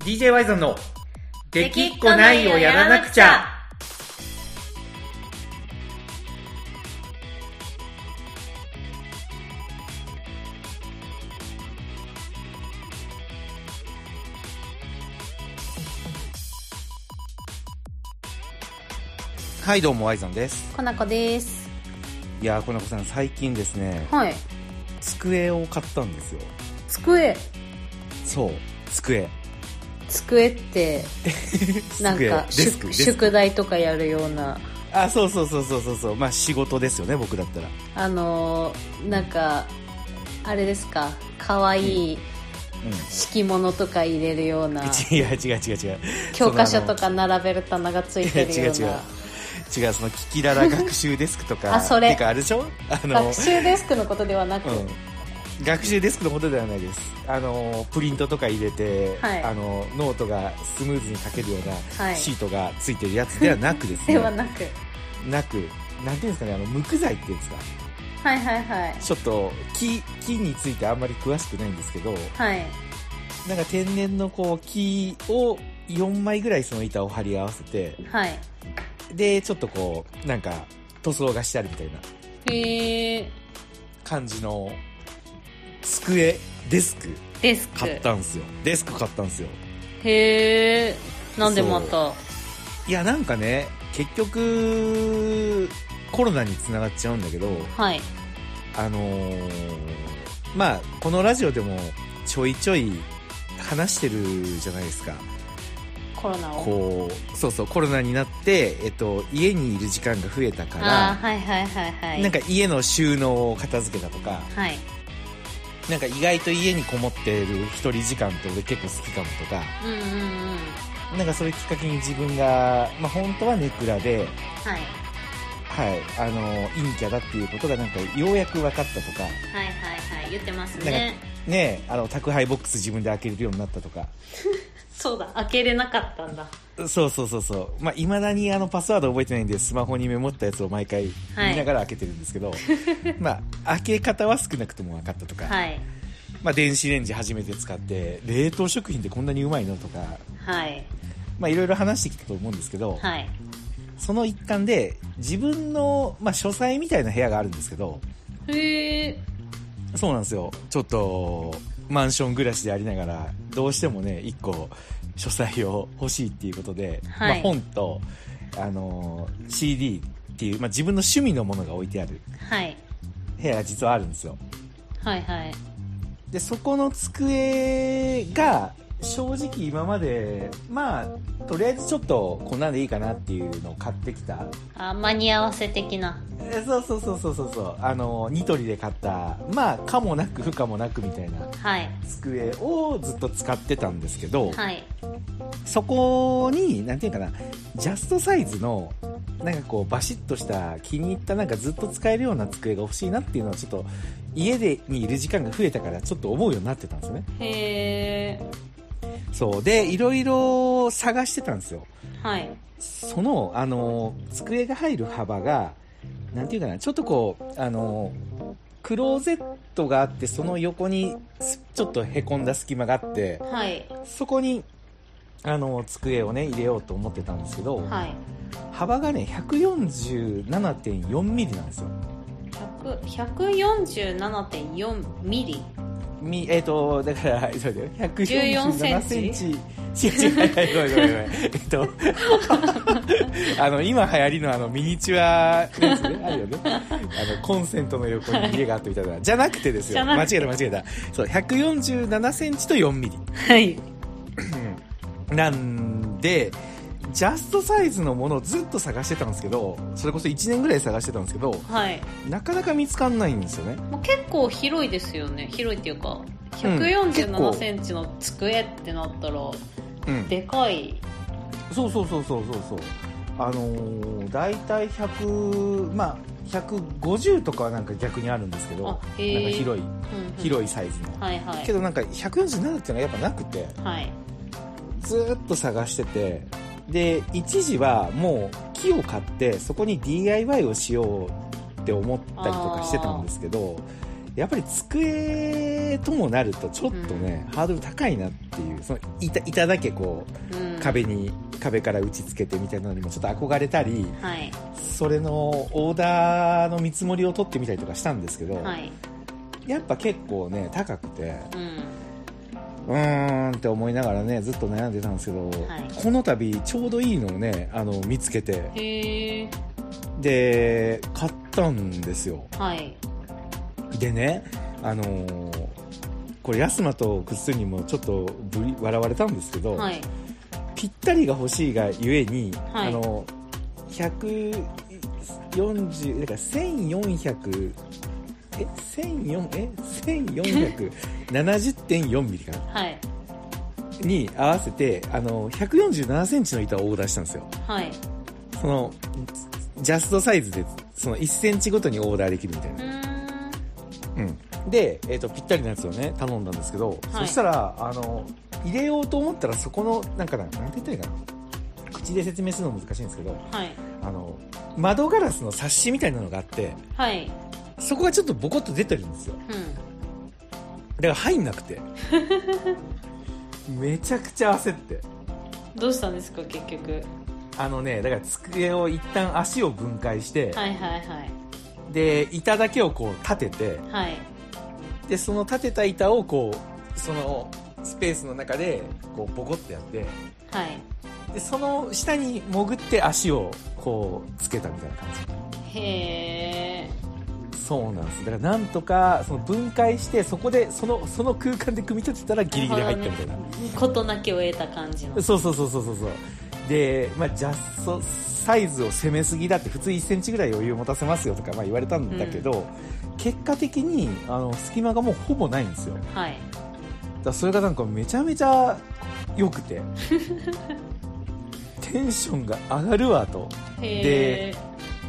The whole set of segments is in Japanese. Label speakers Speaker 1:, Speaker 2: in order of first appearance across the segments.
Speaker 1: DJ ワイゾンの「できっこないをやらなくちゃ」はいどうもワイゾンです
Speaker 2: かなこです
Speaker 1: いやーこの子さん最近ですね
Speaker 2: はい
Speaker 1: 机を買ったんですよ
Speaker 2: 机
Speaker 1: そう机
Speaker 2: 机ってなん
Speaker 1: 机
Speaker 2: か
Speaker 1: デスクデスク
Speaker 2: 宿宿題とかやるような
Speaker 1: あそうそうそうそうそうそうまあ仕事ですよね僕だったら
Speaker 2: あのーなんかあれですかかわいい敷物とか入れるような
Speaker 1: うん、いや違う違う違う
Speaker 2: 教科書と
Speaker 1: か
Speaker 2: か並べる棚がついてるよ
Speaker 1: 違う違
Speaker 2: うな
Speaker 1: 違うその聞きだら学習デスクとか
Speaker 2: あそれ
Speaker 1: てかあれでしょあの
Speaker 2: 学習デスクのことではなく、
Speaker 1: うん、学習デスクのことではないですあのプリントとか入れて、
Speaker 2: はい
Speaker 1: あのノートがスムーズに書けるよう
Speaker 2: は
Speaker 1: ないシートがついてるやつではなくですね、
Speaker 2: ではなく
Speaker 1: なくなんていうんですかねあの無垢材っていうんですか
Speaker 2: はいはいはい
Speaker 1: ちょっと木木についてあんまり詳しくないんですけど
Speaker 2: はい
Speaker 1: なんか天然のこう木を4枚ぐらいその板を貼り合わせて
Speaker 2: はい
Speaker 1: でちょっとこうなんか塗装がしてあるみたいな
Speaker 2: へえ
Speaker 1: 感じの机デスク
Speaker 2: デスク
Speaker 1: 買ったんすよデスク買ったんすよ
Speaker 2: へえなんでまた
Speaker 1: いやなんかね結局コロナにつながっちゃうんだけど
Speaker 2: はい
Speaker 1: あのーまあこのラジオでもちょいちょい話してるじゃないですか
Speaker 2: コロナを
Speaker 1: こうそうそうコロナになって、えっと、家にいる時間が増えたか
Speaker 2: ああ
Speaker 1: ら
Speaker 2: はいはいはいはい
Speaker 1: なんか家の収納を片付けたとか
Speaker 2: はい
Speaker 1: なんか意外と家にこもってる一人時間って俺結構好きかもとか
Speaker 2: うんうんうん
Speaker 1: なんかそういうきっかけに自分が、まあ、本当はネクラで、
Speaker 2: はい
Speaker 1: はい、あの、陰キャだっていうことがなんかようやく分かったとか、
Speaker 2: はいはいはい言ってます
Speaker 1: なん
Speaker 2: ね
Speaker 1: かねえ、あの、宅配ボックス自分で開けれるようになったとか、
Speaker 2: そうだ開けれなかったんだ
Speaker 1: そうそうそうそう、まあ、未だにあの、パスワード覚えてないんで、スマホにメモったやつを毎回
Speaker 2: はい
Speaker 1: 見ながら開けてるんですけど、まあ、開け方は少なくとも分かったとか、
Speaker 2: はい
Speaker 1: まあ、電子レンジ初めて使って、冷凍食品ってこんなにうまいのとか、
Speaker 2: はい
Speaker 1: まあ、いろいろ話してきたと思うんですけど、
Speaker 2: はい
Speaker 1: その一環で、自分の、まあ、書斎みたいな部屋があるんですけど、
Speaker 2: へえ
Speaker 1: そうなんですよ。ちょっと、マンション暮らしでありながら、どうしてもね、一個、書斎を欲しいっていうことで、
Speaker 2: は
Speaker 1: ま
Speaker 2: い
Speaker 1: あ本と、あのー CD っていう、まあ自分の趣味のものが置いてある
Speaker 2: はい
Speaker 1: 部屋が実はあるんですよ。
Speaker 2: はいはい
Speaker 1: で、そこの机が、正直今まで、まあ、とりあえずちょっとこんなんでいいかなっていうのを買ってきた。
Speaker 2: あ間に合わせ的な
Speaker 1: えそうそうそうそうそうそう。あのー、ニトリで買った、まあ、かもなく不可もなくみたいな
Speaker 2: はい
Speaker 1: 机をずっと使ってたんですけど、
Speaker 2: はい
Speaker 1: そこに、なんていうかな、ジャストサイズの、なんかこう、バシッとした、気に入った、なんかずっと使えるような机が欲しいなっていうのは、ちょっと、家でにいる時間が増えたから、ちょっと思うようになってたんですよね。
Speaker 2: へえ
Speaker 1: そう。で、いろいろ探してたんですよ。
Speaker 2: はい
Speaker 1: その、あの、机が入る幅が、なんていうかな、ちょっとこう、あの、クローゼットがあって、その横に、すちょっと凹んだ隙間があって、
Speaker 2: はい
Speaker 1: そこに、あの、机をね、入れようと思ってたんですけど、
Speaker 2: はい
Speaker 1: 幅がね、147.4ミリなんですよ。
Speaker 2: 100 147.4ミリ
Speaker 1: み、えっ、と、だから、そうだよ。147セ
Speaker 2: 14セ
Speaker 1: ン
Speaker 2: ン
Speaker 1: チ
Speaker 2: チ。
Speaker 1: 違う違う、ごめんごめんごめん。えっと、 あの、今流行りのあの、ミニチュアやつね、あるよね。あの、コンセントの横に家があってみたいな。じゃなくてです
Speaker 2: じ
Speaker 1: よ。
Speaker 2: ゃな
Speaker 1: 間
Speaker 2: く
Speaker 1: 違えた間違えた。そう、147センチと4ミリ。
Speaker 2: はい
Speaker 1: なんで、ジャストサイズのものをずっと探してたんですけど、それこそ1年ぐらい探してたんですけど、
Speaker 2: はい
Speaker 1: なかなか見つかんないんですよね。
Speaker 2: もう結構広いですよね広いっていうか
Speaker 1: 結構
Speaker 2: 147センチの机ってなったら
Speaker 1: うん。
Speaker 2: でかい、
Speaker 1: そうそうそうそうそうそう。あのー、大体100、まあ、150とかはなんか逆にあるんですけど、なん
Speaker 2: あ
Speaker 1: か
Speaker 2: へー
Speaker 1: 広い、
Speaker 2: うんうん
Speaker 1: 広いサイズの。
Speaker 2: はいはい
Speaker 1: けどなんか147っていうのがやっぱなくて、
Speaker 2: はい
Speaker 1: ずーっと探してて、で、一時はもう木を買って、そこに DIY をしようって思ったりとかしてたんですけど、やっぱり机れともなるとちょっとね、ハードル高いなっていうそのいた板だけこう
Speaker 2: うん
Speaker 1: 壁に壁から打ち付けてみたいなのにもちょっと憧れたり
Speaker 2: はい
Speaker 1: それのオーダーの見積もりを取ってみたりとかしたんですけど、
Speaker 2: はい
Speaker 1: やっぱ結構ね高くて
Speaker 2: うん
Speaker 1: うーんって思いながらねずっと悩んでたんですけど、
Speaker 2: い
Speaker 1: この度ちょうどいいのをねあの見つけて
Speaker 2: へえ
Speaker 1: で買ったんですよ
Speaker 2: はい
Speaker 1: でねあのーこれ安間と靴にもちょっとぶり笑われたんですけど、
Speaker 2: はい
Speaker 1: ぴったりが欲しいがゆえに、
Speaker 2: はい
Speaker 1: あの140だから1400え1400え1470.4ミリかな
Speaker 2: はい
Speaker 1: に合わせてあの147センチの板をオーダーしたんですよ
Speaker 2: はい
Speaker 1: そのジャストサイズでその1センチごとにオーダーできるみたいうな、
Speaker 2: ーん
Speaker 1: うん、で、えー、とぴったりのやつをね頼んだんですけど、そしたらあの入れようと思ったらそこのなんかななんて言ったらいいかな口で説明するの難しいんですけど
Speaker 2: はい
Speaker 1: あの窓ガラスのサッシみたいなのがあって
Speaker 2: はい
Speaker 1: そこがちょっとボコッと出てるんですよ
Speaker 2: うん
Speaker 1: だから入んなくて めちゃくちゃ焦って
Speaker 2: どうしたんですか結局
Speaker 1: あのねだから机を一旦足を分解して、
Speaker 2: はいはいはい
Speaker 1: で板だけをこう立てて
Speaker 2: はい
Speaker 1: でその立てた板をこうそのスペースの中でこうボコってやって
Speaker 2: はい
Speaker 1: でその下に潜って足をこうつけたみたいな感
Speaker 2: へえ
Speaker 1: じそうなんですだからなんとかその分解してそこでそのその空間で組み立てたらギリギリ入ったみたいな
Speaker 2: 事なきを得た感じの
Speaker 1: そうそうそうそうそうそうで、まあ、ジャストサイズを攻めすぎだって普通1センチぐらい余裕持たせますよとか、まあ、言われたんだけど、結果的にあの隙間がもうほぼないんですよだか
Speaker 2: はい
Speaker 1: らそれがなんかめちゃめちゃ良くてテンションが上がるわと
Speaker 2: へえ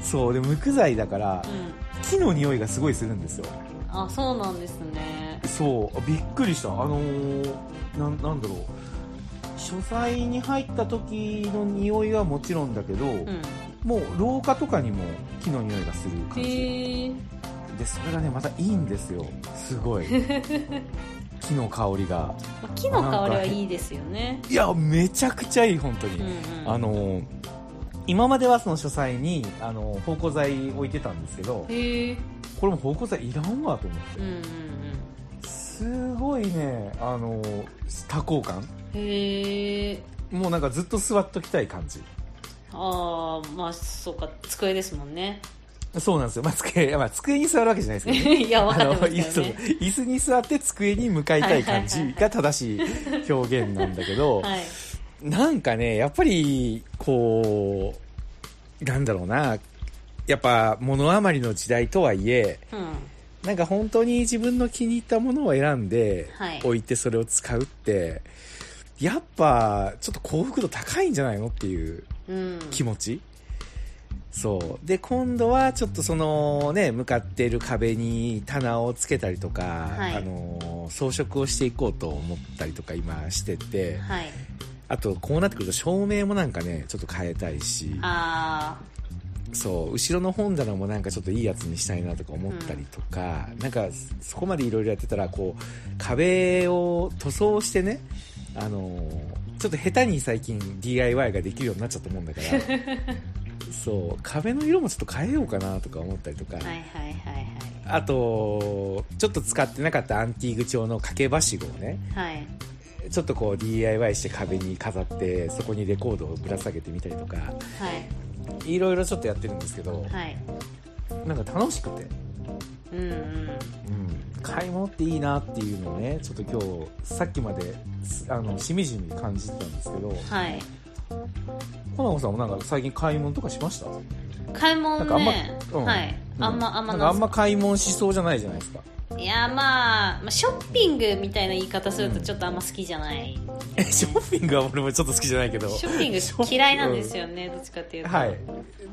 Speaker 1: そうで無垢材だから
Speaker 2: う
Speaker 1: 木の匂いがすごいするんですよ
Speaker 2: んあそうなんですね
Speaker 1: そうびっくりしたあのー、なんなんだろう書斎に入った時の匂いはもちろんだけど、
Speaker 2: うん
Speaker 1: もう廊下とかにも木の匂いがする感じ
Speaker 2: へえ
Speaker 1: でそれがねまたいいんですよすご い木の香りが
Speaker 2: まあ木の香りはいいですよね
Speaker 1: いやめちゃくちゃいい本当に、
Speaker 2: うんうん
Speaker 1: あのー今まではその書斎にあの芳香剤置いてたんですけど
Speaker 2: へえ
Speaker 1: これも芳香剤いらんわと思っ
Speaker 2: うんうん
Speaker 1: てすごいねあのー多幸感
Speaker 2: うんへえ
Speaker 1: もうなんかずっと座っときたい感じ
Speaker 2: ああまあそうか机ですもんね
Speaker 1: そうなんですよ、まあ、机まあ机に座るわけじゃないですけどね
Speaker 2: いや分
Speaker 1: あ
Speaker 2: かっ
Speaker 1: の
Speaker 2: てますけどね
Speaker 1: 椅子椅子に座って机に向かいたい感じが正しい表現なんだけど、
Speaker 2: はい
Speaker 1: なんかねやっぱりこうなんだろうなやっぱ物余りの時代とはいえ
Speaker 2: うん
Speaker 1: なんか本当に自分の気に入ったものを選んで
Speaker 2: はい
Speaker 1: 置いてそれを使うって、やっぱちょっと幸福度高いんじゃないのっていう
Speaker 2: うん
Speaker 1: 気持ち、そうで今度はちょっとそのね向かっている壁に棚をつけたりとか、
Speaker 2: はい
Speaker 1: あの装飾をしていこうと思ったりとか今してて
Speaker 2: はい
Speaker 1: あとこうなってくると照明もなんかねちょっと変えたいし
Speaker 2: あ
Speaker 1: そう後ろの本棚もなんかちょっといいやつにしたいなとか思ったりとか、なんかそこまでいろいろやってたらこう壁を塗装してねあのーちょっと下手に最近 DIY ができるようになっちゃったもんだから そう壁の色もちょっと変えようかなとか思ったりとか、
Speaker 2: あはいはいはい
Speaker 1: あとちょっと使ってなかったアンティーク調の掛けばしごをね
Speaker 2: はいはい
Speaker 1: ちょっとこう DIY して壁に飾ってそこにレコードをぶら下げてみたりとか
Speaker 2: はい
Speaker 1: いろいろちょっとやってるんですけど、
Speaker 2: はい
Speaker 1: なんか楽しくて。
Speaker 2: うんうん
Speaker 1: うん、買い物っていいなっていうのをねちょっと今日さっきまですあのしみじみ感じてたんですけど
Speaker 2: はい
Speaker 1: コナコさんもなんか最近買い物とかしました
Speaker 2: 買い物ね
Speaker 1: なんかあんまうん
Speaker 2: はいあんまあんま
Speaker 1: なんかあん
Speaker 2: な
Speaker 1: ま買い物しそうじゃないじゃないです か
Speaker 2: いやまあまあショッピングみたいな言い方するとちょっとあんま好きじゃない
Speaker 1: えショッピングは俺もちょっと好きじゃないけど
Speaker 2: ショッピング嫌いなんですよねどっちかっていうと
Speaker 1: はい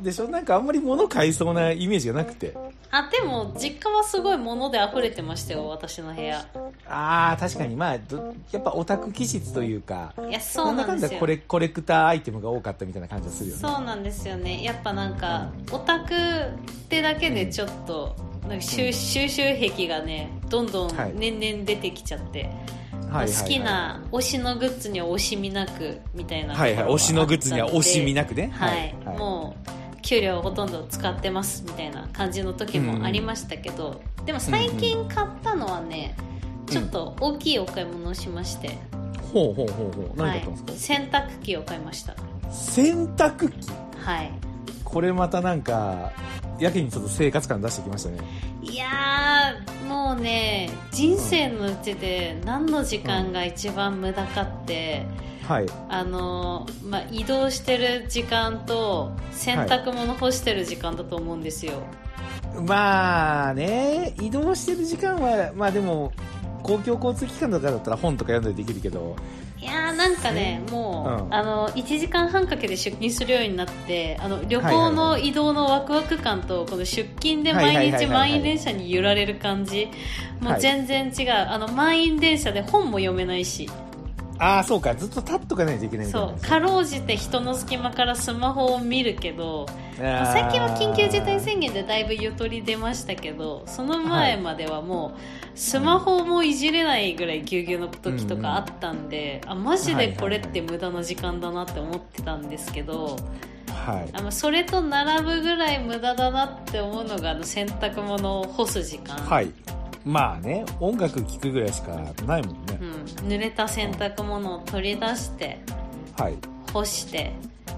Speaker 1: でしょなんかあんまり物買いそうなイメージがなくて
Speaker 2: あでも実家はすごい物で溢れてましたよ私の部屋
Speaker 1: ああ確かにまあどやっぱオタク気質というか
Speaker 2: いやそうなん
Speaker 1: だかん
Speaker 2: で
Speaker 1: だ
Speaker 2: すよ
Speaker 1: コレコレクターアイテムが多かったみたいな感じがするよね
Speaker 2: そうなんですよねやっぱなんかオタクってだけでちょっとなんか収収集癖がねどんどん
Speaker 1: はい
Speaker 2: 年々出てきちゃって、
Speaker 1: はいはいはい
Speaker 2: 好きな推しのグッズには推しみなくみたいな
Speaker 1: はいはい推しのグッズには推しみ
Speaker 2: なく
Speaker 1: なくね
Speaker 2: はい、もう給料ほとんど使ってますみたいな感じの時もありましたけど、でも最近買ったのはね、ちょっと大きいお買い物をしまして、
Speaker 1: ほうほうほうほう何
Speaker 2: は
Speaker 1: 買っ
Speaker 2: い
Speaker 1: たん、です
Speaker 2: 洗濯機を買いました
Speaker 1: か、洗濯機
Speaker 2: はい
Speaker 1: これまたなんかやけにちょっと生活感出してきましたね
Speaker 2: いやーもうね人生のうちで何の時間が一番無駄かって、
Speaker 1: はい
Speaker 2: あのーまあ、移動してる時間と洗濯物干してる時間だと思うんですよ、
Speaker 1: まあね移動してる時間はまあでも公共交通機関とかだったら本とか読んだりできるけど
Speaker 2: いやーなんかね、もう、
Speaker 1: うん
Speaker 2: あの1時間半かけて出勤するようになってあの旅行の移動のワクワク感とこの出勤で
Speaker 1: はいはい
Speaker 2: 毎
Speaker 1: はい
Speaker 2: 日
Speaker 1: はいはい
Speaker 2: 満員電車に揺られる感じも
Speaker 1: は
Speaker 2: う
Speaker 1: い
Speaker 2: 全然違う、あの満員電車で本も読めないし
Speaker 1: ああそうかずっと立っとかないといけないみたい
Speaker 2: そ
Speaker 1: な
Speaker 2: うかろうじて人の隙間からスマホを見るけど
Speaker 1: あー
Speaker 2: 最近は緊急事態宣言でだいぶゆとり出ましたけどその前まではもうスマホもいじれないぐらいぎゅうぎゅうの時とかあったんで、あマジでこれって無駄な時間だなって思ってたんですけど、
Speaker 1: はい
Speaker 2: あのそれと並ぶぐらい無駄だなって思うのがあの洗濯物を干す時間、
Speaker 1: はいまあね音楽聴くぐらいしかないもんね
Speaker 2: う、ん、濡れた洗濯物を取り出して
Speaker 1: はい
Speaker 2: 干して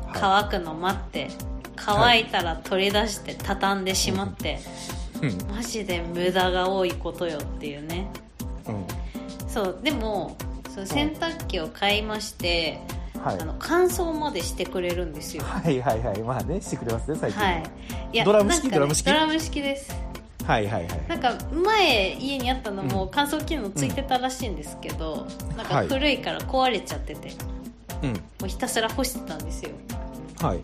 Speaker 1: はい
Speaker 2: 乾くの待って乾いたら取り出して畳んでしまって、
Speaker 1: うん
Speaker 2: マジで無駄が多いことよっていうね
Speaker 1: うん
Speaker 2: そうでもそう洗濯機を買いまして、
Speaker 1: はい
Speaker 2: あの乾燥までしてくれるんですよ
Speaker 1: はいはいはいまあねしてくれますね最近は
Speaker 2: はいい
Speaker 1: ドラム式
Speaker 2: なんかね
Speaker 1: ドラム式
Speaker 2: ドラム式です
Speaker 1: はいはいはい
Speaker 2: なんか前家にあったの
Speaker 1: う
Speaker 2: も乾燥機能ついてたらしいんですけど、な
Speaker 1: は
Speaker 2: んか
Speaker 1: い
Speaker 2: 古いから壊れちゃってて、も
Speaker 1: うん
Speaker 2: うひたすら干してたんですよ
Speaker 1: はい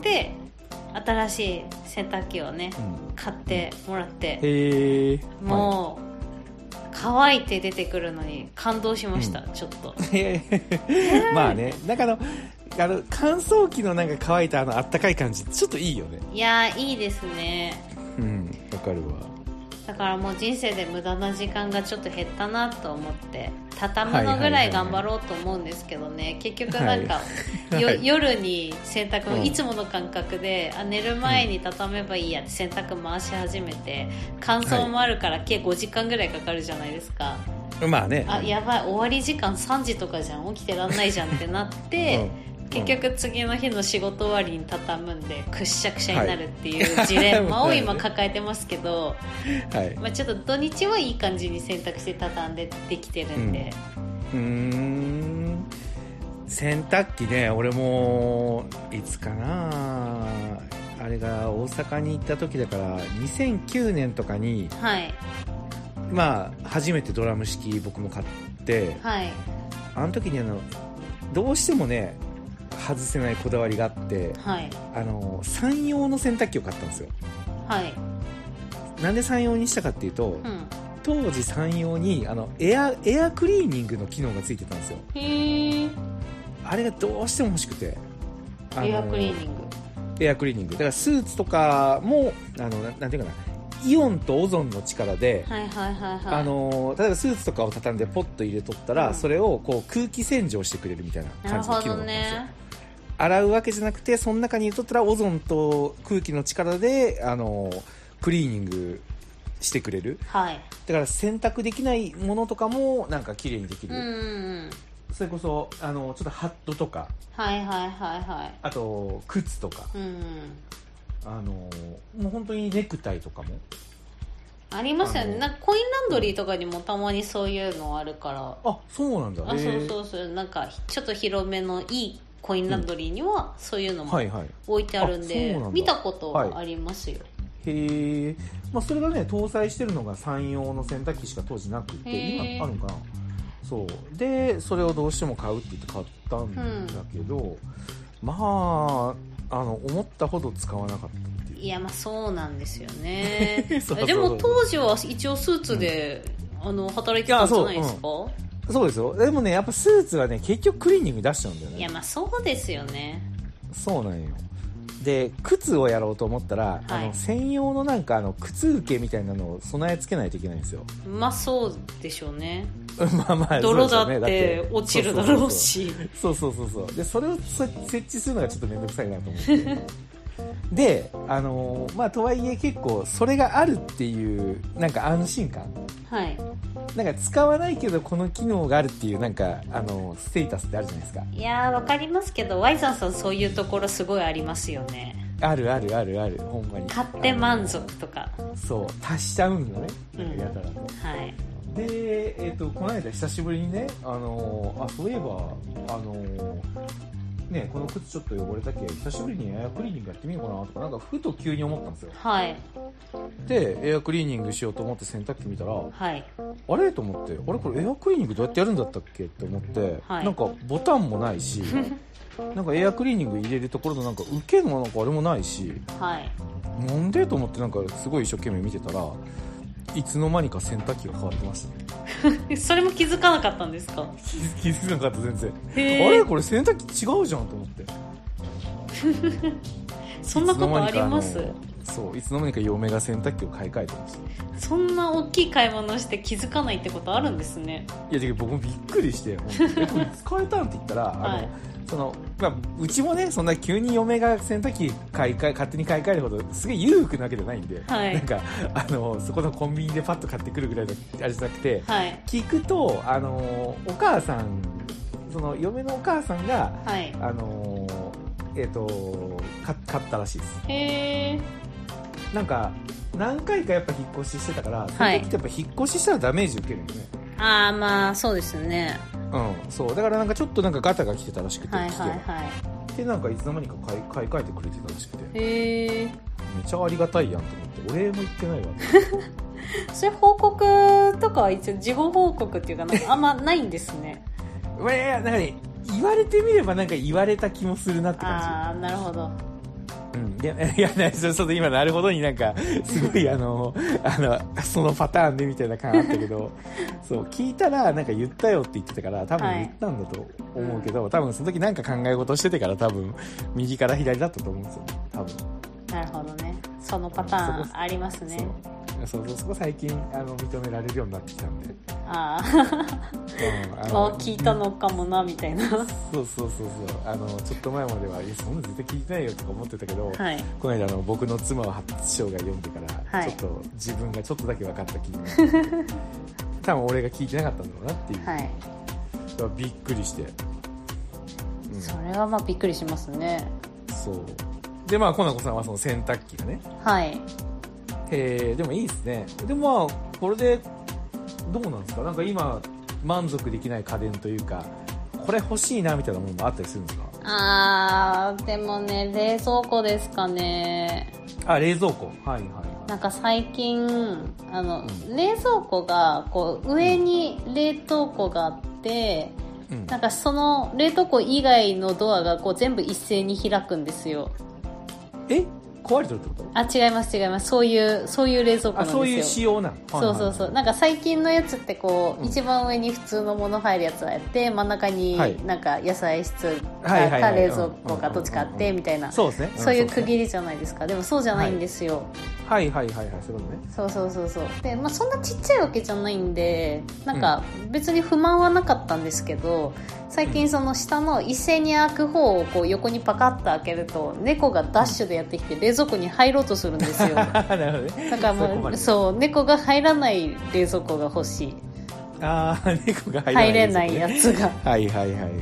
Speaker 2: で新しい洗濯機をね
Speaker 1: うん
Speaker 2: 買ってもらって
Speaker 1: へえ
Speaker 2: もう、乾いて出てくるのに感動しました、ちょっと。
Speaker 1: う、へー まあねなんかあのあの乾燥機のなんか乾いたあのあったかい感じちょっといいよね
Speaker 2: いやーいいですね。
Speaker 1: うんわかるわ
Speaker 2: だからもう人生で無駄な時間がちょっと減ったなと思って畳むのぐらい頑張ろうと思うんですけどね結局なんか、
Speaker 1: はい
Speaker 2: よ
Speaker 1: はい
Speaker 2: 夜に洗濯
Speaker 1: う
Speaker 2: を
Speaker 1: ん
Speaker 2: いつもの感覚で、あ寝る前に畳めばいいやって洗濯回し始めて乾燥もあるから計5時間ぐらいかかるじゃないですか、
Speaker 1: まあね
Speaker 2: あやばい終わり時間3時とかじゃん起きてらんないじゃんってなって。
Speaker 1: うん
Speaker 2: 結局次の日の仕事終わりに畳むんでくっしゃくしゃになるっていうジレンマを今抱えてますけど、
Speaker 1: はい、う
Speaker 2: まあ、ちょっと土日はいい感じに洗濯して畳んでできてるんで、
Speaker 1: ーん洗濯機ね俺もいつかなあれが大阪に行った時だから2009年とかに
Speaker 2: はい
Speaker 1: まあ初めてドラム式僕も買って
Speaker 2: はい
Speaker 1: あの時にあのどうしてもね外せないこだわりがあって
Speaker 2: はい
Speaker 1: あの三洋の洗濯機を買ったんですよ
Speaker 2: はい
Speaker 1: なんで三洋にしたかっていうと、
Speaker 2: うん
Speaker 1: 当時三洋にあのエアエアクリーニングの機能がついてたんですよ
Speaker 2: へえ
Speaker 1: あれがどうしても欲しくてあの
Speaker 2: エアクリーニング
Speaker 1: エアクリーニングだからスーツとかもあのななんていうかなイオンとオゾンの力で、
Speaker 2: はいはいはいはい
Speaker 1: あの例えばスーツとかを畳んでポッと入れとったら、
Speaker 2: うん
Speaker 1: それをこう空気洗浄してくれるみたいな
Speaker 2: な
Speaker 1: 感
Speaker 2: る
Speaker 1: じの
Speaker 2: ほ
Speaker 1: 機能
Speaker 2: ど
Speaker 1: だったんですよ、
Speaker 2: ね
Speaker 1: 洗うわけじゃなくてその中に入れとったらオゾンと空気の力であのクリーニングしてくれる
Speaker 2: はい
Speaker 1: だから洗濯できないものとかもなんか綺麗にでき
Speaker 2: う
Speaker 1: る、
Speaker 2: んうんうん
Speaker 1: それこそあのちょっとハットとか
Speaker 2: はいはいはいは
Speaker 1: あと靴とか
Speaker 2: いうん
Speaker 1: あのもう本当にネクタイとかも
Speaker 2: ありますよ
Speaker 1: あ
Speaker 2: ね
Speaker 1: の
Speaker 2: なんかコインランドリーとかにもたまにそういうのあるから
Speaker 1: あそうなんだ
Speaker 2: あそうそううそうなんかちょっと広めのいいコインランドリーにはそういうのも
Speaker 1: はいはい
Speaker 2: 置いてあるん
Speaker 1: あ
Speaker 2: で、
Speaker 1: そうなんだ
Speaker 2: 見たことはありますよ、
Speaker 1: へえ、まあ、それがね搭載してるのが三洋の洗濯機しか当時なくて
Speaker 2: へー
Speaker 1: 今あるのかなそうでそれをどうしても買うって言って買ったんだけど、まああの思ったほど使わなかったっていう
Speaker 2: いやまあそうなんですよ ね
Speaker 1: そうそうそう
Speaker 2: でも当時は一応スーツで、あの働いてたんじゃないですかいや,、
Speaker 1: そうですよでもねやっぱスーツはね結局クリーニング出しちゃうんだよね
Speaker 2: まあそうですよね
Speaker 1: そうなんよで靴をやろうと思ったら、あ
Speaker 2: は
Speaker 1: の
Speaker 2: い
Speaker 1: 専用のなんかあの靴受けみたいなのを備え付けないといけないんですよ
Speaker 2: まあそうでしょうね
Speaker 1: まあまあ
Speaker 2: 泥
Speaker 1: そ
Speaker 2: だ
Speaker 1: うですよね
Speaker 2: って落ちるだろうし
Speaker 1: そうそうそうそうでそれをそ設置するのがちょっと面倒くさいなと思って であのーまあとはいえ結構それがあるっていうなんか安心感
Speaker 2: はい
Speaker 1: なんか使わないけどこの機能があるっていうなんかあのーステータスってあるじゃないですか
Speaker 2: いやーわかりますけど Y さんさんそういうところすごいありますよね
Speaker 1: あるあるあるあるほんまに
Speaker 2: 買って満足とか
Speaker 1: あのーそう足しちゃうんよねなんかやたらと、
Speaker 2: はい
Speaker 1: で、えっとこの間久しぶりにね、あのーあそういえば、あのーね、この靴ちょっと汚れたけ久しぶりにエアクリーニングやってみようかなとかなんかふと急に思ったんですよ
Speaker 2: はい
Speaker 1: でエアクリーニングしようと思って洗濯機見たら
Speaker 2: はい
Speaker 1: あれと思ってあれこれエアクリーニングどうやってやるんだったっけって思って、
Speaker 2: はい
Speaker 1: なんかボタンもない しなんかエアクリーニング入れるところのなんか受けのなんかあれもないし
Speaker 2: はい
Speaker 1: なんでと思ってなんかすごい一生懸命見てたらいつの間にか洗濯機が変わってましたね
Speaker 2: それも気づかなかったんですか
Speaker 1: 気づ かなかった全然
Speaker 2: へ
Speaker 1: あれ
Speaker 2: え
Speaker 1: これ洗濯機違うじゃんと思って
Speaker 2: そんなことありま
Speaker 1: いつ
Speaker 2: す
Speaker 1: の間にかあのそういつの間にか嫁が洗濯機を買い替えてました
Speaker 2: そんな大きい買い物して気づかないってことあるんですね
Speaker 1: いやだけど僕もびっくりして 本当にえこれ使えたんって言ったら、
Speaker 2: は
Speaker 1: あ
Speaker 2: い
Speaker 1: のそのまあ、うちもねそんな急に嫁が洗濯機買い替え勝手に買い替えるほどすげえ裕福なわけじゃないんで、
Speaker 2: はい
Speaker 1: なんかあのそこのコンビニでパッと買ってくるぐらいのあれじゃなくて
Speaker 2: はい
Speaker 1: 聞くとあのお母さんその嫁のお母さんが
Speaker 2: はい
Speaker 1: あのえっ、とか買ったらしいです
Speaker 2: へえ
Speaker 1: なんか何回かやっぱ引っ越ししてたから、その
Speaker 2: はい
Speaker 1: 時ってやっぱ引っ越ししたらダメージ受けるんよね。
Speaker 2: ああまあそうですね
Speaker 1: うん、そうだからなんかちょっとなんかガタが来てたらしくて、
Speaker 2: はい
Speaker 1: 機器が
Speaker 2: はいはい
Speaker 1: でなんかいつの間にか買い買い替えてくれてたらしくてめ
Speaker 2: へえ
Speaker 1: ちゃありがたいやんと思ってお礼も言ってないわ
Speaker 2: それ報告とかは一応事後報告っていうかなんかあんまないんですね
Speaker 1: うえなんかね言われてみればなんか言われた気もするなって感
Speaker 2: ああなるほど
Speaker 1: じ、うん、いやいやねちょっと今なるほどになんかすごいあ のあのそのパターンでみたいな感あったけどそう聞いたらなんか言ったよって言ってたから多分
Speaker 2: はい
Speaker 1: 言ったんだと思うけど、多分その時なんか考え事しててから多分右から左だったと思うんですよ多分
Speaker 2: なるほどねそのパターンあります
Speaker 1: そう
Speaker 2: ね
Speaker 1: そうそうそこ最近あの認められるようになってきたんで、
Speaker 2: あ
Speaker 1: う
Speaker 2: あ
Speaker 1: んあ
Speaker 2: まあ
Speaker 1: の
Speaker 2: 聞いたのかもなみたいな
Speaker 1: そうそうそうそうあのちょっと前までは「いやそんなの絶対聞いてないよ」とか思ってたけど、
Speaker 2: はい
Speaker 1: この間あの僕の妻を発達障害読んでから、
Speaker 2: はい
Speaker 1: ちょっと自分がちょっとだけ分かった気になって 多分俺が聞いてなかったんだろうなっていう、
Speaker 2: はい
Speaker 1: だからびっくりして、うん、
Speaker 2: それはまあびっくりしますね
Speaker 1: そうでまあコナコさんはその洗濯機がね
Speaker 2: はい
Speaker 1: へえでもいいですねでもまあこれでどうなんですかなんか今満足できない家電というかこれ欲しいなみたいなものもあったりするんですか
Speaker 2: あーでもね冷蔵庫ですかね
Speaker 1: あ冷蔵庫はいはいは
Speaker 2: なんか最近あの、
Speaker 1: う
Speaker 2: 冷蔵庫がこう上に冷凍庫があって
Speaker 1: い、うん、
Speaker 2: なんかその冷凍庫以外のドアがこう全部一斉に開くんですよ
Speaker 1: え壊れてるってこと
Speaker 2: あ違います違いますそういうそういう冷蔵庫な
Speaker 1: あ
Speaker 2: んですよ
Speaker 1: そういう仕様なの
Speaker 2: そうそうそうなんか最近のやつってこう、
Speaker 1: うん
Speaker 2: 一番上に普通のもの入るやつがやって真ん中に
Speaker 1: はい
Speaker 2: なんか野菜室か,、
Speaker 1: はいはいはい
Speaker 2: 冷蔵庫か
Speaker 1: うん
Speaker 2: どっちかあっ
Speaker 1: うんうんう
Speaker 2: て
Speaker 1: ん
Speaker 2: みたいな、
Speaker 1: そうですねん
Speaker 2: そういう
Speaker 1: そで
Speaker 2: 区
Speaker 1: すね
Speaker 2: 切りじゃないですかでもそうじゃないんですよ、
Speaker 1: はいはいはいはいそういうことね
Speaker 2: そうそうそうそうで、まあ、そんなちっちゃいわけじゃないんでなんか別に不満はなかったんですけど最近その下の一斉に開く方をこう横にパカッと開けると猫がダッシュでやってきて冷蔵庫に入ろうとする んですよだ
Speaker 1: あ なるほどね
Speaker 2: から
Speaker 1: そこ
Speaker 2: も
Speaker 1: ま
Speaker 2: う
Speaker 1: で
Speaker 2: そう猫が入らない冷蔵庫が欲しい
Speaker 1: ああ猫が入
Speaker 2: 入れないや
Speaker 1: つ
Speaker 2: つが
Speaker 1: はいはいはいはいなるほどなる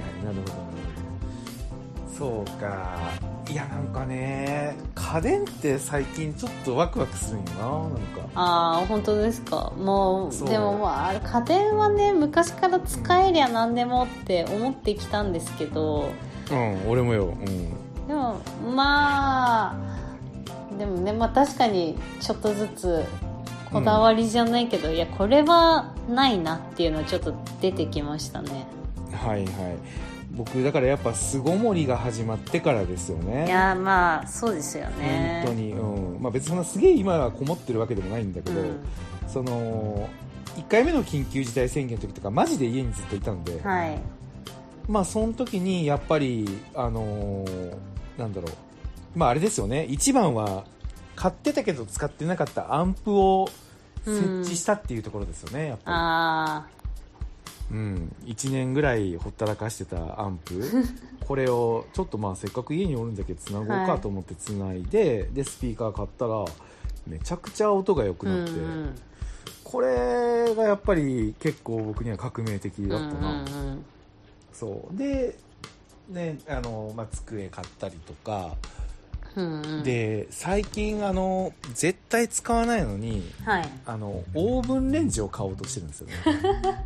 Speaker 1: ほどそうかいやなんかね家電って最近ちょっとワクワクするんよななんか
Speaker 2: ああ本当ですかも
Speaker 1: そうう
Speaker 2: でもまああれ家電はね昔から使えりゃ何でもって思ってきたんですけど
Speaker 1: うん俺もよ、うん、
Speaker 2: でもまあでもねまあ確かにちょっとずつこだわりじゃないけど、いやこれはないなっていうのはちょっと出てきましたね
Speaker 1: はいはい僕だからやっぱ巣ごもりが始まってからですよね
Speaker 2: いやーまあそうですよね
Speaker 1: 本当に、うんまあ、別にそんなすげえ今はこもってるわけでもないんだけど、
Speaker 2: う
Speaker 1: その1回目の緊急事態宣言の時とかマジで家にずっといたんで、
Speaker 2: ん、はい
Speaker 1: まあその時にやっぱりあのーなんだろうまああれですよね一番は買ってたけど使ってなかったアンプを設置したっていうところですよね、やっぱ
Speaker 2: ああ
Speaker 1: り、うん、1年ぐらいほったらかしてたアン プこれをちょっとまあせっかく家におるんだけど繋ごう
Speaker 2: は
Speaker 1: か
Speaker 2: い
Speaker 1: と思って繋いで、でスピーカー買ったらめちゃくちゃ音が良く
Speaker 2: うんう
Speaker 1: なって、
Speaker 2: ん
Speaker 1: これがやっぱり結構僕には革命的だったな、
Speaker 2: うんうん
Speaker 1: そうで、ねあのまあ、机買ったりとか、
Speaker 2: うんうん
Speaker 1: で最近あの絶対使わないのに
Speaker 2: はい
Speaker 1: あのオーブンレンジを買おうとしてるんですよね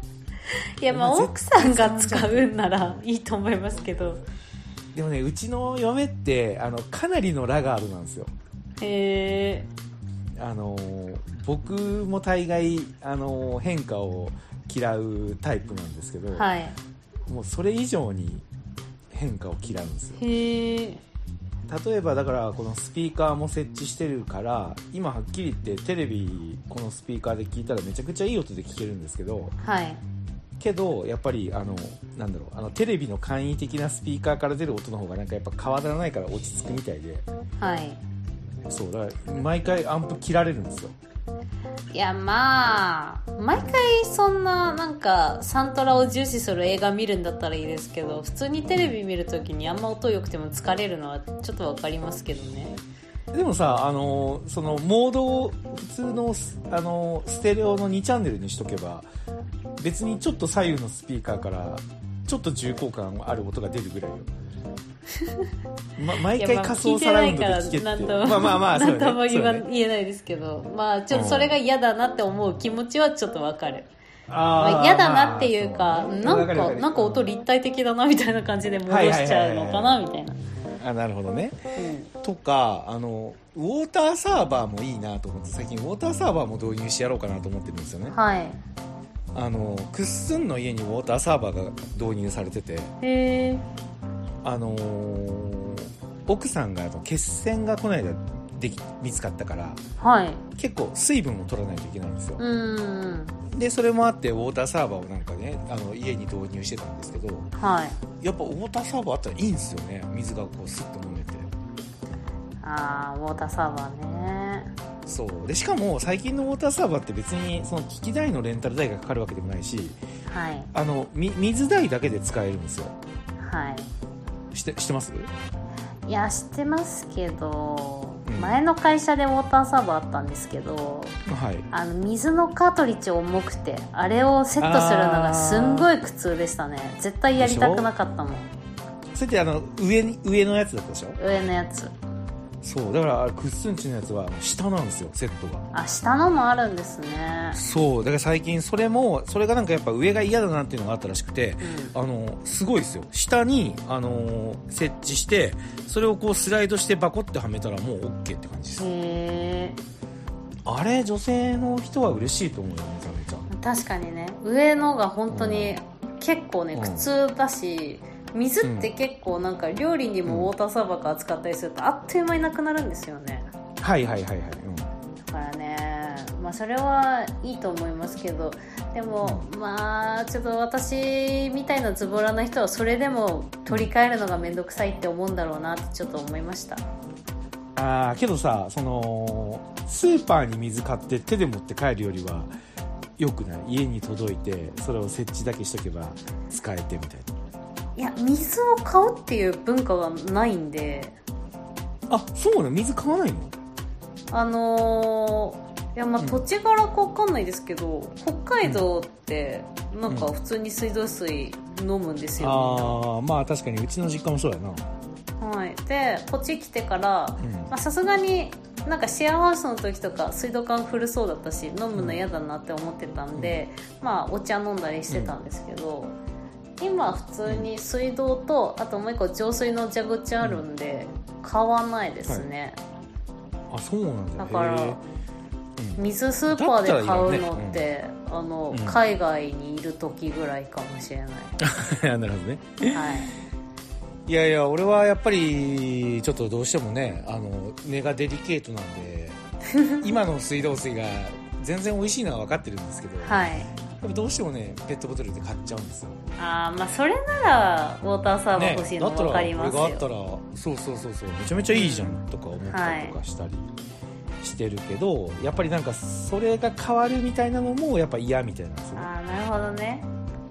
Speaker 2: いやまあ
Speaker 1: まあ
Speaker 2: 奥さんが使うんならいいと思いますけど
Speaker 1: でもねうちの嫁ってあのかなりのラガールなんですよ
Speaker 2: へえ
Speaker 1: あの僕も大概あの変化を嫌うタイプなんですけど、
Speaker 2: はい
Speaker 1: もうそれ以上に変化を嫌うんですよ
Speaker 2: へえ
Speaker 1: 例えばだからこのスピーカーも設置してるから今はっきり言ってテレビこのスピーカーで聞いたらめちゃくちゃいい音で聞けるんですけど
Speaker 2: はい
Speaker 1: けどやっぱりあのなんだろうあのテレビの簡易的なスピーカーから出る音の方がなんかやっぱ変わらないから落ち着くみたいで
Speaker 2: はい
Speaker 1: そうだから毎回アンプ切られるんですよ
Speaker 2: いやまあ毎回そんななんかサントラを重視する映画見るんだったらいいですけど普通にテレビ見るときにあんま音良くても疲れるのはちょっとわかりますけどね
Speaker 1: でもさあのそのモードを普通のスあのステレオの2チャンネルにしとけば別にちょっと左右のスピーカーからちょっと重厚感ある音が出るぐ らいよま、毎
Speaker 2: い
Speaker 1: 回
Speaker 2: やまあ
Speaker 1: 仮想サラウンドで聞
Speaker 2: 聞
Speaker 1: け
Speaker 2: い
Speaker 1: って
Speaker 2: てないからなんとも
Speaker 1: まあまあまあそう
Speaker 2: 何
Speaker 1: だ
Speaker 2: とも
Speaker 1: ねそ
Speaker 2: 言
Speaker 1: う
Speaker 2: わ
Speaker 1: だね
Speaker 2: 言えないですけどまあちょっとそれが嫌だなって思う気持ちはちょっとわかる、ま
Speaker 1: あ
Speaker 2: あ、
Speaker 1: ー
Speaker 2: 嫌だなっていうか、
Speaker 1: まあそう
Speaker 2: なん
Speaker 1: わ
Speaker 2: か
Speaker 1: るわる
Speaker 2: なんか音立体的だなみたいな感じで戻しちゃうのかなみたいな
Speaker 1: あなるほどね
Speaker 2: うん
Speaker 1: とかあのウォーターサーバーもいいなと思って最近ウォーターサーバーも導入してやろうかなと思ってるんですよね
Speaker 2: はい
Speaker 1: あのクッスンの家にウォーターサーバーが導入されてて
Speaker 2: へえ
Speaker 1: あのー奥さんがあの血栓がこの間でき見つかったから
Speaker 2: はい
Speaker 1: 結構水分を取らないといけないんですよ
Speaker 2: う、ーん
Speaker 1: でそれもあってウォーターサーバーをなんかねあの家に導入してたんですけど
Speaker 2: はい
Speaker 1: やっぱウォーターサーバーあったらいいんですよね水がこうスッと飲めて
Speaker 2: ああウォーターサーバーね
Speaker 1: そうでしかも最近のウォーターサーバーって別にその機器代のレンタル代がかかるわけでもないし
Speaker 2: はい
Speaker 1: あのみ水代だけで使えるんですよ
Speaker 2: は
Speaker 1: してしてます
Speaker 2: いいや知ってますけど、
Speaker 1: うん
Speaker 2: 前の会社でウォーターサーバーあったんですけど
Speaker 1: はい
Speaker 2: あの水のカートリッジ重くてあれをセットするのがすんごい苦痛でしたね絶対やりたくなかったもん
Speaker 1: それってあの上に上のやつだったでしょ
Speaker 2: 上のやつ
Speaker 1: そうだからあれクッスンチのやつは下なんですよセットが
Speaker 2: あ下のもあるんですね
Speaker 1: そうだから最近それもそれがなんかやっぱ上が嫌だなっていうのがあったらしくて
Speaker 2: う
Speaker 1: あのすごいですよ下に、あのー設置してそれをこうスライドしてバコってはめたらもう OK って感じです
Speaker 2: んへえ
Speaker 1: あれ女性の人は嬉しいと思うよめちゃめちゃ
Speaker 2: 確かにね上のが本当に結構ね
Speaker 1: うん
Speaker 2: 苦痛だし水って結構なんか料理にもウォーターサーバーから使ったりするとあっという間になくなるんですよね
Speaker 1: はいはいはいはい、
Speaker 2: だからねまあそれはいいと思いますけどでもまあちょっと私みたいなズボラな人はそれでも取り替えるのが面倒くさいって思うんだろうなってちょっと思いました
Speaker 1: うん、ああけどさそのスーパーに水買って手で持って帰るよりはよくない家に届いてそれを設置だけしとけば使えてみたい
Speaker 2: いや水を買うっていう文化がないんで
Speaker 1: なあそうなの水買わないの
Speaker 2: あのーいやまあ
Speaker 1: うん
Speaker 2: 土地柄かわかんないですけど、北海道ってなんか普通に水道水飲むんですよ、
Speaker 1: ああまあ確かにうちの実家もそうやな
Speaker 2: はい、でこっち来てから
Speaker 1: うん
Speaker 2: まあさすがになんかシェアハウスの時とか水道管古そうだったし飲むの嫌だなって思ってたんで、まあお茶飲んだりしてたんですけど、今普通に水道とあともう一個浄水の蛇口あるんで買わないですね、
Speaker 1: あそうなんだ
Speaker 2: だから
Speaker 1: へーうん
Speaker 2: 水スーパーで買
Speaker 1: だったら
Speaker 2: う
Speaker 1: いいよ
Speaker 2: の
Speaker 1: ね
Speaker 2: って、あの
Speaker 1: うん
Speaker 2: 海外にいる時ぐらいかもしれな い、
Speaker 1: なるほどね
Speaker 2: はい、
Speaker 1: いやいや俺はやっぱりちょっとどうしてもねあの根がデリケート なんで今の水道水が全然美味しいのは分かってるんですけど、
Speaker 2: はい、
Speaker 1: ぱどうしてもねペットボトルで買っちゃうんですよ
Speaker 2: あーまあそれならウォーターサーバー欲しいの
Speaker 1: だった
Speaker 2: 分
Speaker 1: ら
Speaker 2: かりますよ、
Speaker 1: これがあったらそうそうそうそうめちゃめちゃいいじゃんとか思ったりとかしたりしてるけど、やっぱりなんかそれが変わるみたいなのもやっぱ嫌みたいなんですよね
Speaker 2: ああなるほどね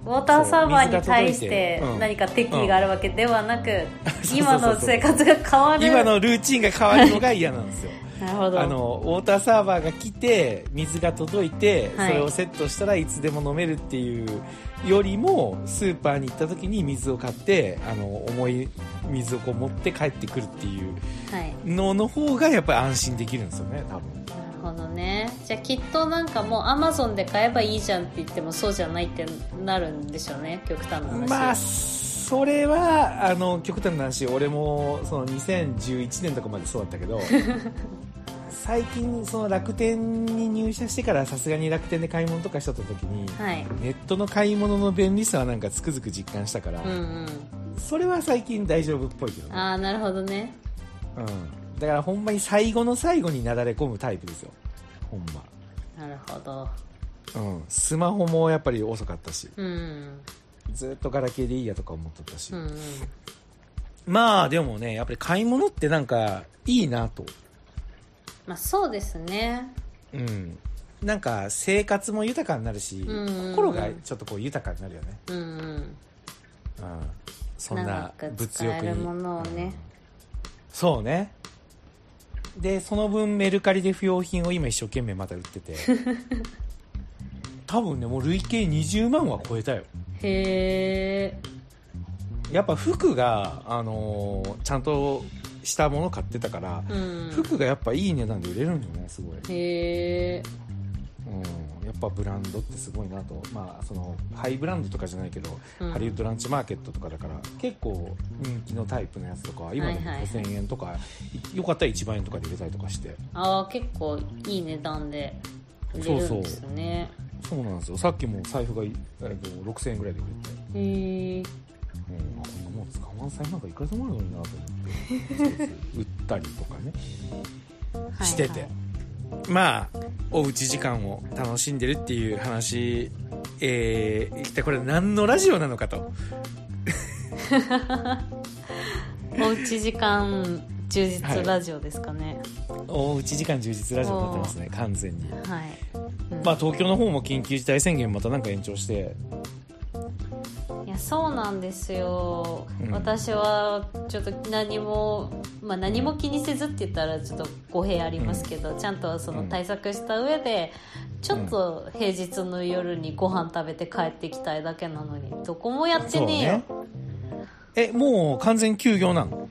Speaker 2: ウォーターサーバーに対し
Speaker 1: 水が届い
Speaker 2: て
Speaker 1: てうん
Speaker 2: 何か敵意があるわけではなく、
Speaker 1: そうそう
Speaker 2: 今の生活が変わる
Speaker 1: 今のルーチンが変わるのが嫌なんですよ
Speaker 2: なるほど
Speaker 1: あのウォーターサーバーが来て水が届いて、
Speaker 2: はい
Speaker 1: それをセットしたらいつでも飲めるっていうよりもスーパーに行った時に水を買ってあの重い水をこう持って帰ってくるっていう
Speaker 2: はい
Speaker 1: のの方がやっぱり安心できるんですよね多分
Speaker 2: なるほどねじゃあきっとなんかもうアマゾンで買えばいいじゃんって言ってもそうじゃないってなるんでしょうね極端な話、
Speaker 1: まあそれはあの極端な話俺もその2011年とかまでそうだったけ ど最近その楽天に入社してからさすがに楽天で買い物とかしとった時に、
Speaker 2: はい
Speaker 1: ネットの買い物の便利さはなんかつくづく実感したから、
Speaker 2: うんうん
Speaker 1: それは最近大丈夫っぽいけどね、
Speaker 2: ああなるほどね
Speaker 1: うん、だからほんまに最後の最後になだれ込むタイプですよほんま
Speaker 2: なるほど
Speaker 1: うん、スマホもやっぱり遅かったし
Speaker 2: うん
Speaker 1: ずっとガラケーでいいやとか思っとったし、
Speaker 2: うんうん
Speaker 1: まあでもねやっぱり買い物ってなんかいいなと、
Speaker 2: まあそうですね
Speaker 1: うん、なんか生活も豊かになるし、
Speaker 2: うんうんうん
Speaker 1: 心がちょっとこう豊かになるよね、
Speaker 2: うんうん
Speaker 1: うん、そんな物
Speaker 2: 長く
Speaker 1: 欲
Speaker 2: 使え
Speaker 1: に
Speaker 2: るものをね
Speaker 1: そうねでその分メルカリで不要品を今一生懸命また売って て多分ねもう累計20万は超えたよ
Speaker 2: へえ
Speaker 1: やっぱ服が、あのーちゃんとしたもの買ってたから、
Speaker 2: うん
Speaker 1: 服がやっぱいい値段で売れるんだよねすごい、
Speaker 2: へえ
Speaker 1: うん、やっぱブランドってすごいなとまあそのハイブランドとかじゃないけど、
Speaker 2: うん
Speaker 1: ハリウッドランチマーケットとかだから結構人気のタイプのやつとか今でも
Speaker 2: はいはいはい
Speaker 1: 5000円とか、いよかったら1万円とかで売れたりとかして
Speaker 2: ああ結構いい値段で売れるんですね
Speaker 1: そうなんですよさっきも財布が、えっと、6000円ぐらいで売れて、
Speaker 2: へえ
Speaker 1: うん、あこんなもん使わん財布なんかいくらでもあるのになと思って売ったりとかねしてて、まあおうち時間を楽しんでるっていう話えー、一体これ何のラジオなのかと
Speaker 2: おうち時間充実ラジオですかね
Speaker 1: おうち時間充実ラジオになってますね完全に
Speaker 2: はい、うん
Speaker 1: まあ東京の方も緊急事態宣言またなんか延長して
Speaker 2: いやそうなんですよ、
Speaker 1: うん
Speaker 2: 私はちょっと何も、まあ、何も気にせずって言ったらちょっと語弊ありますけど、ちゃんとその対策した上でちょっと平日の夜にご飯食べて帰ってきたいだけなのにどこもやってねえよ
Speaker 1: えもう完全休業なの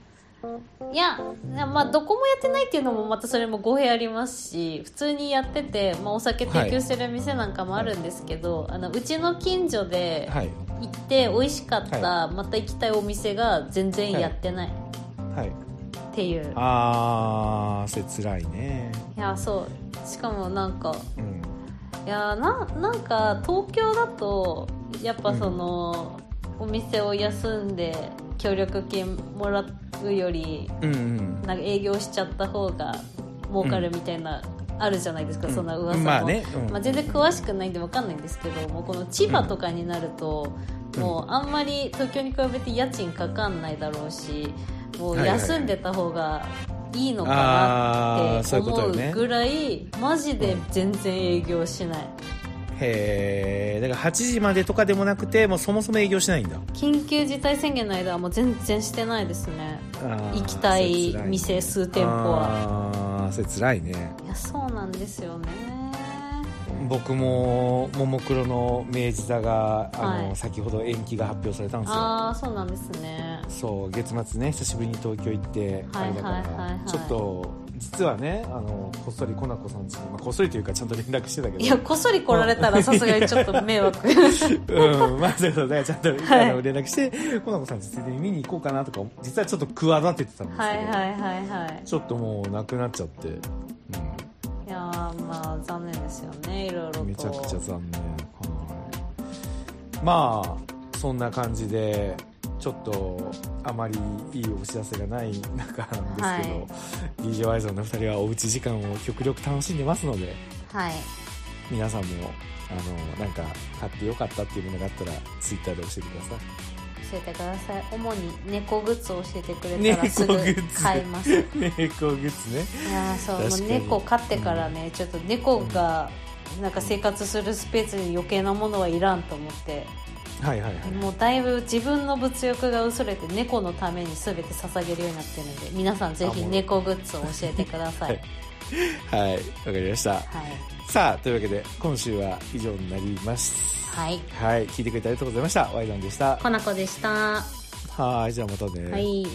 Speaker 2: いや、まあ、どこもやってないっていうのもまたそれも語弊ありますし普通にやってて、まあ、お酒提供してる店なんかもあるんですけど、あのうちの近所で
Speaker 1: はい
Speaker 2: 行って美味しかった、
Speaker 1: は
Speaker 2: また行きたいお店が全然やってない
Speaker 1: はい
Speaker 2: っていう、
Speaker 1: あーそれつらいね
Speaker 2: い、やそうしかもなんか
Speaker 1: うん
Speaker 2: いやななんか東京だとやっぱその、お店を休んで協力金もらうより
Speaker 1: うんうん
Speaker 2: なんか営業しちゃった方が儲かるみたいな、あるじゃないですか、
Speaker 1: うん
Speaker 2: そんな噂も、
Speaker 1: まあねうん
Speaker 2: まあ全然詳しくないんでわかんないんですけどもうこの千葉とかになると、
Speaker 1: うん
Speaker 2: もうあんまり東京に比べて家賃かかんないだろうしもう
Speaker 1: はいはいはい
Speaker 2: 休んでた方がいいのかな
Speaker 1: あー
Speaker 2: って
Speaker 1: そういうこと
Speaker 2: 思
Speaker 1: よ
Speaker 2: う
Speaker 1: ね
Speaker 2: ぐらいマジで全然営業しない
Speaker 1: へえだから8時までとかでもなくてもうそもそも営業しないんだ
Speaker 2: 緊急事態宣言の間はもう全然してないですね行
Speaker 1: 行
Speaker 2: きたい店数店舗は
Speaker 1: はあーそれつらいね
Speaker 2: いやそうなんですよね
Speaker 1: 僕もももクロの明治座があの、
Speaker 2: はい
Speaker 1: 先ほど延期が発表されたんですよ
Speaker 2: ああそうなんですね
Speaker 1: そう月末ね久しぶりに東京行ってあ
Speaker 2: はい
Speaker 1: れだから、
Speaker 2: はいはいはい
Speaker 1: ちょっと実はねあのこっそりコナコさんちに、まあ、こっそりというかちゃんと連絡してたけど
Speaker 2: いやこっそり来られたらさすがにちょっと迷惑
Speaker 1: うんまあそうそうだからちゃんと、
Speaker 2: はい
Speaker 1: あの連絡してコナコさんちついでに見に行こうかなとか実はちょっと企ててたんですけど、
Speaker 2: はいはいはいはい
Speaker 1: ちょっともうなくなっちゃって、
Speaker 2: いやーまあ残念ですよねいろいろ
Speaker 1: う
Speaker 2: と
Speaker 1: ん、めちゃくちゃ残念、はい、まあそんな感じでちょっとあまりいいお知らせがない中なんですけど、DJY さんの2人はおうち時間を極力楽しんでますので、
Speaker 2: はい
Speaker 1: 皆さんも、あの、なんか、買ってよかったっていうものがあったら、ツイッターで教えてくださ
Speaker 2: 教えてください主に猫グッズを教えてく
Speaker 1: い。
Speaker 2: れたらす
Speaker 1: 猫
Speaker 2: ぐ
Speaker 1: グッズ。
Speaker 2: 買い ます
Speaker 1: 猫グッズね。
Speaker 2: あーそうも
Speaker 1: 確か
Speaker 2: う
Speaker 1: に
Speaker 2: 猫飼ってからねちょっと猫がなんか生活するスペースに余計なものはいらんと思って
Speaker 1: はいはいはい。
Speaker 2: もうだいぶ自分の物欲が薄れて猫のために全て捧げるようになってるので皆さんぜ
Speaker 1: あ
Speaker 2: ひ
Speaker 1: もう
Speaker 2: 猫グッズを教えてください
Speaker 1: はいはい、わかりました。
Speaker 2: はい、
Speaker 1: さあ、というわけで、今週は以上になります。
Speaker 2: はい、
Speaker 1: はい、聞いてくれてありがとうございました。ワイダンでした。
Speaker 2: コナコでした、
Speaker 1: はい、じゃあまたね。
Speaker 2: はい